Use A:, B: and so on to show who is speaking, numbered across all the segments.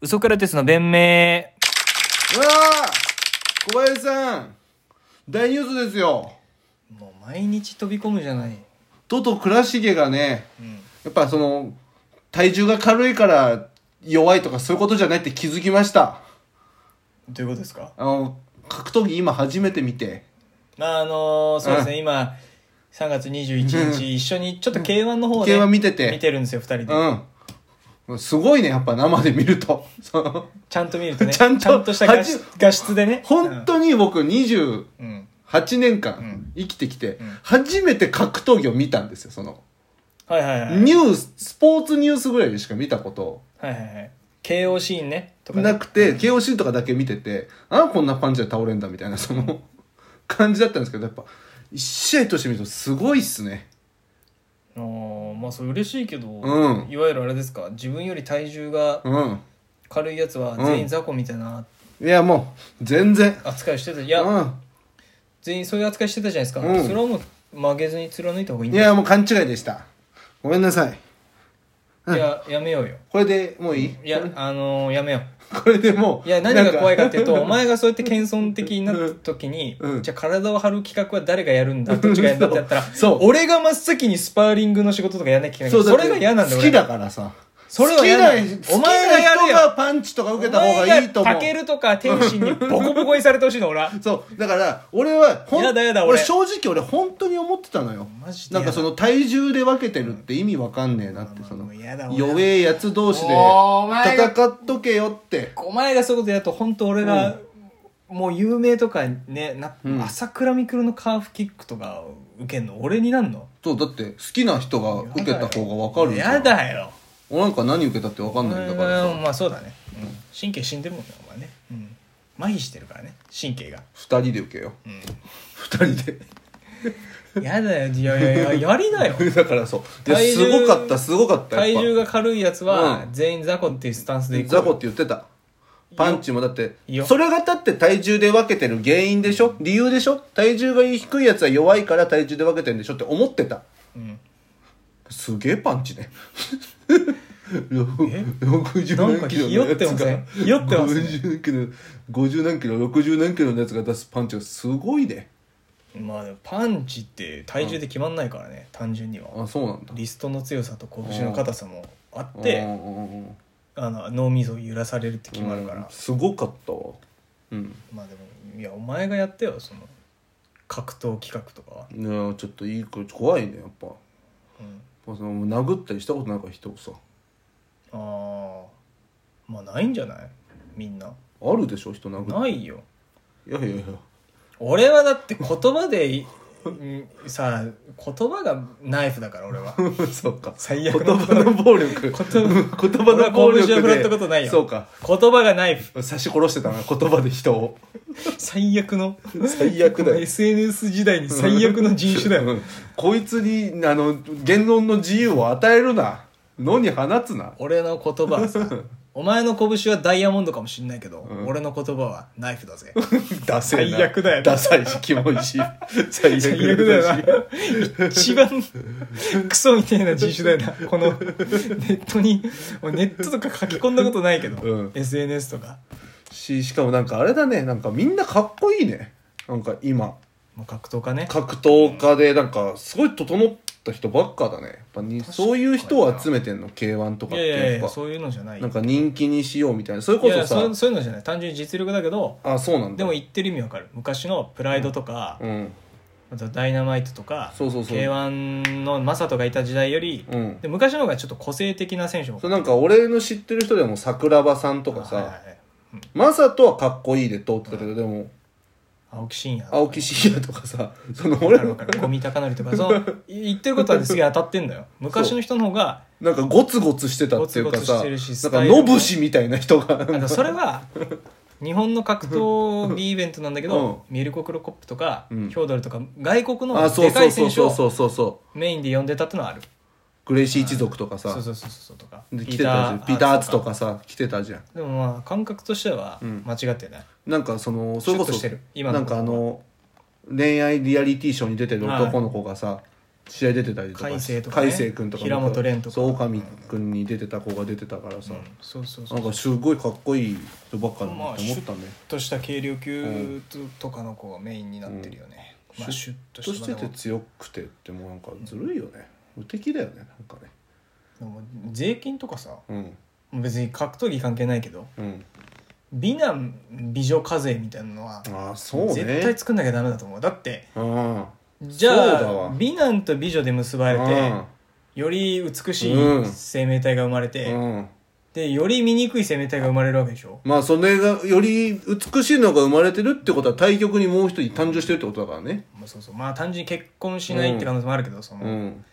A: ウソクラテスの弁明。
B: うわー小林さん大ニュースですよ
A: もう毎日飛び込むじゃない。
B: とうとう倉重がね
A: うん。
B: やっぱその体重が軽いから弱いとかそういうことじゃないって気づきました
A: どういうことですか
B: あの格闘技今初めて見て
A: まあ、あのー、そうですね、今、3月21
B: う
A: 日、一緒に、ちょっと K1 の方をね、
B: K1 見てて
A: 見てるんですよ、二人で。
B: うんすごいねやっぱ生で見ると その
A: ちゃんと見るとね、
B: ちゃんと
A: した画質
B: は
A: 画質でね。
B: 本当に僕28
A: うんうん。
B: 年
A: ん
B: 間生きてきて
A: ん
B: 初めて格闘技を見たんですよその
A: はいはいはい。
B: ニューススポーツニュースぐらいでしか見たこと
A: はいはいはい。KO シーンね、とかね。
B: なくて KOC とかだけ見ててああこんなパンチで倒れんだみたいなその 感じだったんですけどやっぱ1試合として見るとすごいっすね
A: あーまあ、それ嬉しいけど、
B: うん
A: いわゆるあれですか、自分より体重が
B: うん
A: 軽いやつは
B: うん
A: 全員雑魚みたいない
B: やもう全然
A: 扱いしてた。いうや、
B: ん
A: 全員そういう扱いしてたじゃないですか、
B: うん
A: それはもう曲げずに貫いた方がいいん
B: い
A: だよ
B: やもう勘違いでしたごめんなさい
A: いややめようよ
B: これでもういい
A: いやあのーやめよ
B: これでも
A: う
B: う
A: いや何が怖いかっていうと
B: なん
A: お前がそうやって謙遜的になった時に、
B: うん
A: じゃあ体を張る企画は誰がやるんだどっちがやるんだってやったら
B: そう
A: 俺が真っ先にスパーリングの仕事とかやんなきゃいけない
B: そ
A: そう
B: だ
A: れが嫌なんだよ
B: 好
A: 俺
B: きだからさ
A: それは嫌だよ
B: 好きな
A: お前がやれよ
B: 好きな人がパンチとか受けた方がいいと思う
A: たけるとか天心にボコボコにされてほしいの俺は
B: そうだから俺はほん
A: やだやだ俺
B: 正直俺本当に思ってたのよ
A: マジで
B: な
A: や
B: ん
A: だ
B: かその体重で分けてるって意味わかんねえなってその
A: もうやだ俺
B: 弱えやつ同士で
A: おーお前が
B: 戦っとけよって
A: お前がそういうことやると本当俺が、もう有名とかねな、
B: うん
A: 朝倉未来のカーフキックとか受けんの俺になんの
B: そうだって好きな人が受けた方がわかるじゃん
A: やだよ
B: 俺なんか何受けたってわかんないんだから
A: お前は
B: さ
A: まあそうだね、うん神経死んでるもんねお前ね、うん、麻痺してるからね神経 が、
B: 二人で受けよ
A: う
B: 二人で
A: ん、やだよいやいやいややりなよ
B: だからそういや
A: 体
B: す
A: 重
B: ごかったすごかった
A: 体
B: やっ
A: 重
B: ぱ
A: が軽いやつは
B: うん
A: 全員雑魚っていうスタンスでいこう
B: ザコって言ってたパンチもだって
A: いいよ
B: それがだって体重で分けてる原因でしょ理由でしょ体重が低いやつは弱いから体重で分けてるんでしょって思ってた
A: うん
B: すげえパンチね。
A: えなんか
B: 60何キロのやつ
A: ひよってませ
B: が
A: んひよってますね
B: 50何キロ50何キロ60何キロのやつが出すパンチがすごいね
A: まあでもパンチって体重で決まんないからね、単純には
B: あそうなんだ
A: リストの強さと拳の硬さもあって、
B: うんうんうんうん
A: あの脳みそを揺らされるって決まるから、
B: うんすごかったわうん
A: まあでもいやお前がやってよその格闘企画とかは、
B: いやちょっといい子怖いねやっぱ
A: うん、
B: まあその殴ったりしたことないから人をさ
A: ああまあないんじゃないみんな
B: あるでしょ人殴っ
A: ないよ
B: いやいや いや
A: 俺はだって言葉でいうんさ言葉がナイフだから俺は
B: そうか
A: 最
B: 言
A: 悪の
B: 葉の暴 力言
A: 葉
B: 葉の暴
A: 俺
B: 力
A: は拳
B: で
A: を振らったことないよ
B: そうか
A: 言葉がナイフ
B: 刺し殺してたな言葉で人を
A: 最悪の
B: 最悪だよ
A: SNS 時代に最悪の人種だ
B: う
A: よ
B: んこいつにあの言論の自由を与えるな野に放つ な
A: 俺の言葉はさお前の拳はダイヤモンドかもしんないけど、
B: うん
A: 俺の言葉はナイフだぜ
B: ダセえな
A: 最悪だよ
B: ダサいしキモいし 最悪
A: 最悪だよな一番 クソみたいな人種だよなこのネットに俺ネットとか書き込んだことないけど、
B: うん
A: SNS とか
B: ししかもなんかあれだねなんかみんなかっこいいねなんか今
A: もう格闘家ね
B: 格闘家でなんかすごい整った人ばっかだねやっぱに
A: 確かに
B: そういう人を集めてんの k 1と
A: い
B: かっ
A: や
B: て
A: いやい
B: やっ
A: や
B: ぱ
A: そういうのじゃない
B: なんか人気にしようみたいなそれ
A: い
B: こ
A: やい
B: そ
A: やそういう
B: さ
A: そういうのじゃない単純に実力だけど
B: あそうなんだ
A: でも言ってる意味わかる昔のプライドとか、
B: うん
A: あとダイナマイトとか
B: そうそうそう
A: k 1のマサトがいた時代より、
B: うん
A: で昔の方がちょっと個性的な選手も
B: そうなんか俺の知ってる人でも桜庭さんとか
A: はいは
B: さ
A: いはい
B: マサトはかっこいいで通ってたけど、でも
A: 青木真也
B: 青木真也とかさその
A: わ
B: 俺
A: かるわ
B: の
A: かる五味高成とかそのい言ってることはすげえ当たってんだよ昔の人の方が
B: なんかゴツゴツしてたっていうかさ
A: ゴツゴツしてるし
B: なんかノブシみたいな人が
A: なんかそれは日本の格闘技イベントなんだけど、ミルコ・クロコップとか、
B: うん
A: ヒョードルとか外国
B: あ
A: の
B: そ
A: で
B: う
A: か
B: そう
A: い
B: そ
A: 選
B: う
A: 手
B: そうそ
A: を
B: うそうそう
A: メインで呼んでたってのはある
B: グレイシー一族とか
A: そう
B: さ
A: そうそうそうとか
B: で来てたじゃんピーター・アーツとかさ来てたじゃん
A: でもまあ感覚としては
B: うん
A: 間違ってない、
B: なんかそのそれこ
A: シュッとし
B: そ
A: てる今の
B: なんかあの恋愛リアリティショーに出てる男の子がさ試合出てたりとか
A: 海星とかね
B: 海星君とか
A: 平本蓮とか
B: そう狼君に出てた子が出てたからさ、
A: そうそうそ
B: なん
A: う
B: かすごいかっこいい人ばっかり
A: まあ
B: だなって思ったね、
A: とした軽量級ととかの子がメインになってるよね、
B: うん
A: まあシュッと
B: と
A: し
B: して
A: た
B: て強くてってもうなんかずるいよね、無敵だよねなんかね
A: でも税金とかさ
B: うん
A: 別に格闘技関係ないけど
B: うん
A: 美男美女課税みたいなのは
B: ああそうね
A: 絶対作んなきゃダメだと思うだって
B: うん
A: じ
B: そうだ
A: ゃあ
B: わ
A: 美男と美女で結ばれてより美しい生命体が生まれて、
B: うんうん
A: でより醜い生命体が生まれるわけでしょ
B: まあそれがより美しいのが生まれてるってことは対局にもう一人誕生してるってことだからね
A: まあそうそうまあ単純に結婚しないって可能性もあるけど、その
B: うん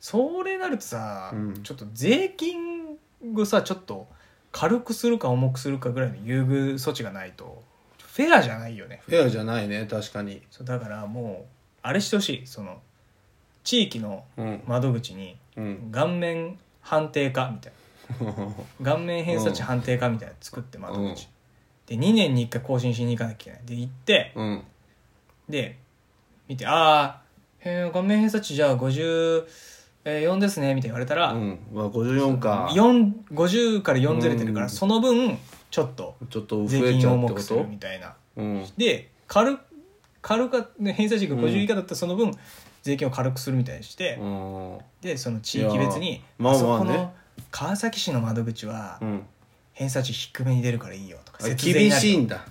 A: それなるとさ、
B: うん
A: ちょっと税金をさちょっと軽くするか重くするかぐらいの優遇措置がないとフェアじゃないよね
B: フェアじゃないね確かに
A: そうだからもうあれしてほしいその地域の
B: うん
A: 窓口に
B: うん
A: 顔面判定課みたいな顔面偏差値
B: うん
A: 判定課みたいなの作って窓口、
B: うん
A: で2年に1回更新しに行かなきゃいけないで行って
B: うん
A: で見て「ああ顔面偏差値じゃあ54ですね」みたいに言われたら、
B: うんうわ54か
A: 四50から4ずれてるか
B: う
A: ら
B: ん
A: その分ちょっと
B: ちょっと
A: 税
B: 増えち
A: 金
B: ゃ
A: を
B: うっ
A: 重
B: て
A: く
B: こ
A: する
B: と
A: みたいな
B: うん
A: で軽軽かね偏差値が
B: うん
A: 50以下だったらその分税金を軽くするみたいにして、
B: うん
A: でその地域別に
B: いやーまあまあ
A: そこ
B: ね
A: の川崎市の窓口は
B: うん
A: 偏差値低めに出るからいいよとか
B: あ
A: 節税に
B: 厳
A: なる
B: しい
A: よ
B: んだ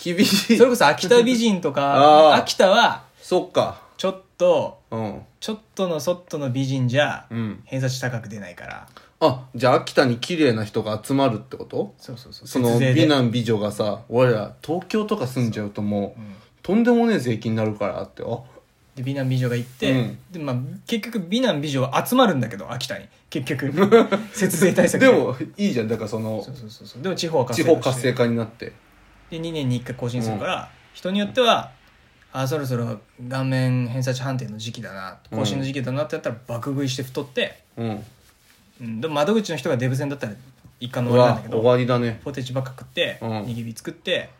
B: 厳しい
A: それこそ秋田美人と
B: あ
A: か
B: ー
A: 秋田は
B: そっか
A: ちょっと
B: うん
A: ちょっとのそっとの美人じゃ
B: うん
A: 偏差値高く出ないから
B: あじゃあ秋田に綺麗な人が集まるってこと
A: そうそうそう
B: その
A: 節税で
B: 美男美女がさ俺ら東京とか住んじゃうとも
A: うん
B: うとんでもねえ税金になるからってあ
A: で美男美女が行って、
B: うん
A: でまあ、結局美男美女は集まるんだけど秋田に結 局節税対策
B: でもいいじゃんだからその
A: そうそうそうそうでも地方は活
B: 地
A: 性化
B: 方
A: して
B: 活性化になって
A: で2年に1回更新するから、人によってはあそろそろ顔面偏差値判定の時期だな更新の時期だなってやったら爆食いして太って、
B: うん
A: うん、でも窓口の人がデブ戦だったら一貫の
B: う
A: 終わりなんだ
B: わ
A: け
B: 終
A: ど
B: わりだね
A: ポテチばっか食って
B: うん
A: 握り作って、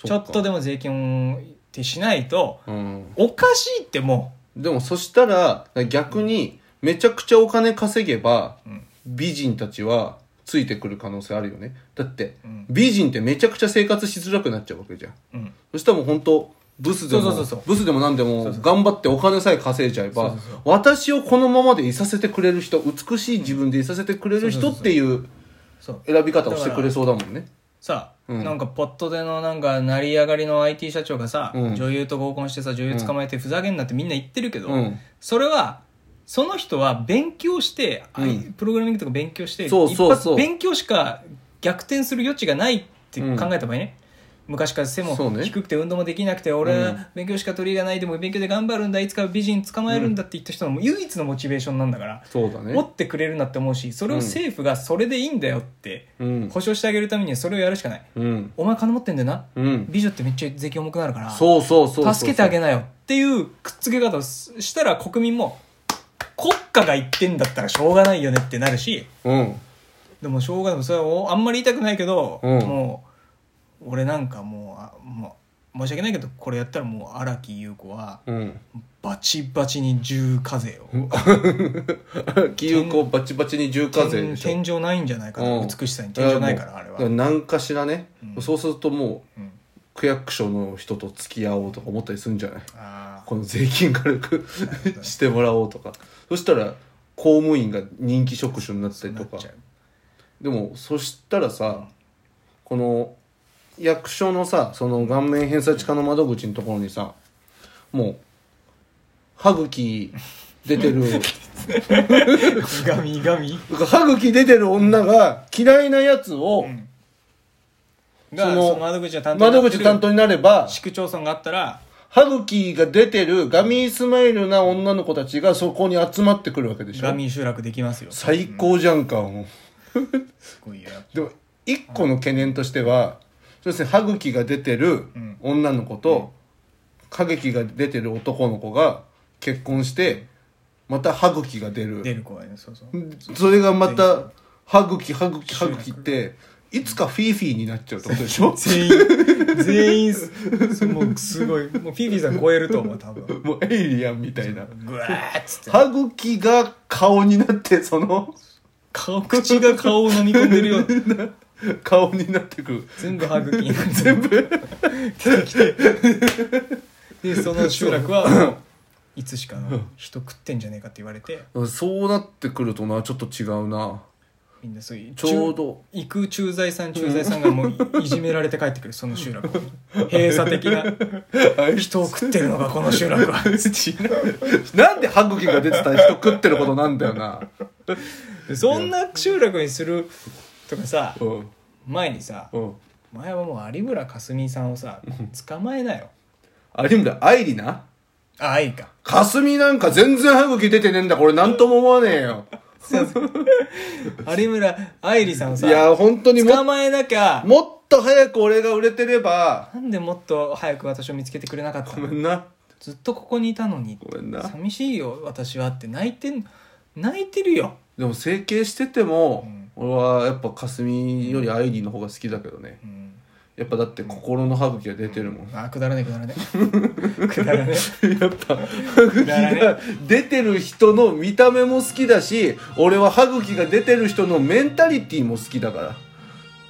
B: そ
A: ちょっとで
B: も
A: も税金をってしないと
B: うん
A: おかしいっても
B: でもそしたら逆にめちゃくちゃお金稼げば
A: う、うん
B: 美人たちはついてくる可能性あるよねだって
A: うん
B: 美人ってめちゃくちゃ生活しづらくなっちゃうわけじゃん
A: うん、
B: そしたらもう本当ブスでも
A: そうそうそうそう
B: ブスでも何で
A: そ
B: も
A: うそう
B: 頑張ってお金さえ稼いじゃえ
A: そ
B: ば
A: うそうそう
B: 私をこのままでいさせてくれる人美しい自分でいさせてくれる人っていう
A: そう
B: 選び方をしてくれそうだもんね
A: さ、
B: うん
A: なんかポットでのなんか成り上がりの IT 社長がさ、
B: うん
A: 女優と合コンしてさ女優捕まえてふざけんなってみんな言ってるけど、
B: うん
A: それはその人は勉強して、
B: うん
A: あいプログラミングとか勉強して
B: そうそうそう
A: 一発勉強しか逆転する余地がないって考えた場合ね、昔から背も
B: そうね
A: 低くて運動もできなくて、俺
B: う
A: は
B: ん
A: 勉強しか取りがないでも勉強で頑張るんだいつか美人捕まえるんだって言った人の唯一のモチベーションなんだから、
B: そうだね
A: 持ってくれるなって思うしそれを政府がそれでいいんだよって
B: うん
A: 保証してあげるためにはそれをやるしかない。
B: うん
A: お前金持ってんだよな
B: うん
A: 美女ってめっちゃ税金重くなるから
B: そうそうそうそう
A: 助けてあげなよっていうくっつけ方をすしたら国民も国家が言ってんだったらしょうがないよねってなるし
B: うん
A: でもしょうがないそれはおあんまり言いたくないけど、
B: うん
A: もう俺なんかもうあもう申し訳ないけどこれやったらもう荒木優子は
B: うん
A: バチバチに重課税を
B: 金融庫バチバチに重課税でしょ
A: 天天井ないんじゃないかな、
B: うん
A: 美しさに天井ないからあれ
B: も
A: は
B: うだ。何かしらね、
A: うん
B: そうするともう
A: うん
B: 区役所の人と付き合おうとか思ったりするんじゃない
A: あー
B: この税金 軽く
A: ほど
B: してもらおうとかそしたら公務員が人気職種になったり
A: な
B: と
A: っ
B: か
A: ちゃう
B: でもそしたらさこの役所のさその顔面偏差値化の窓口のところにさもう歯茎出 てる
A: いがみいがみ
B: 歯茎出てる女が嫌いなやつを
A: が
B: そ
A: そ
B: の
A: の窓口の担当にな
B: 窓
A: ってる
B: 口担当になれば
A: 市区町村があったら
B: 歯茎が出てるガミースマイルな女の子たちがそこに集まってくるわけでし
A: ガ
B: ょ
A: ミ集落できますよ
B: 最高じゃんか、もう
A: すごいよやっぱ
B: でも一個の懸念としてはそうですね歯茎が出てる
A: うん
B: 女の子と歯茎が出てる男の子が結婚してまた歯茎が出る
A: 出る子はねそうそう
B: それがまた歯茎歯茎歯茎っていつかフィーフィーになっちゃうってことでしょ
A: 全員全員すもうすごいもうフィフィさん超えると思う多分
B: もうエイリアンみたいな
A: グワーッつって
B: 歯茎が顔になってその
A: 顔口が顔を飲み込んでるよ
B: 顔になってく
A: 全部歯茎になって
B: 全部
A: でその集落はもういつしかの人食ってんじゃねえかって言われて
B: そうなってくるとなちょっと違うな
A: みんなそういう
B: ちょうど
A: 行く駐在さん駐在さんがもういじめられて帰ってくるその集落に閉鎖的な人を食ってるのがこの集落は
B: なんで歯茎が出てた人食ってることなんだよ な、
A: でそんな集落にするとかさ
B: うん
A: 前にさ
B: うん、
A: 前はもう有村架純さんをさ捕まえなよ
B: 有村愛理な
A: あ愛か
B: 霞なんか全然歯茎出てねえんだこれ何とも思わねえよ
A: 有村愛理さんを
B: い
A: さ
B: や本当にも
A: 捕まえなきゃ
B: もっと早く俺が売れてれば
A: なんでもっと早く私を見つけてくれなかった
B: ご
A: の
B: めんな
A: ずっとここにいたのに
B: ごめんな
A: 寂しいよ私はって泣いてん泣いてるよ
B: でも整形してても、
A: うん
B: 俺はやっぱ霞よりアイリーの方が好きだけどね
A: うん
B: やっぱだって心の歯茎が出てるもん、
A: あーくだらねえくだらね えくだらねえ
B: やっぱ歯茎が出てる人の見た目も好きだし俺は歯茎が出てる人のメンタリティーも好きだから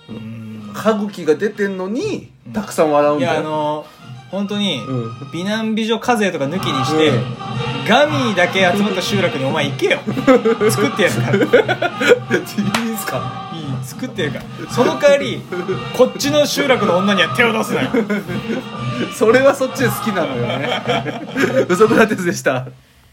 A: うん
B: 歯茎が出てんのに
A: うん
B: たくさん笑うん
A: いや
B: だ
A: あ
B: よ、
A: の本当に
B: うん
A: 美男美女課税とか抜きにして、
B: うん
A: ガミだけ集まった集落にお前行け よ作ってやるから
B: いいんすか
A: いい作ってるからその代わりこっちの集落の女には手を出すなよ
B: それはそっちで好きなのよねウソクラテスでした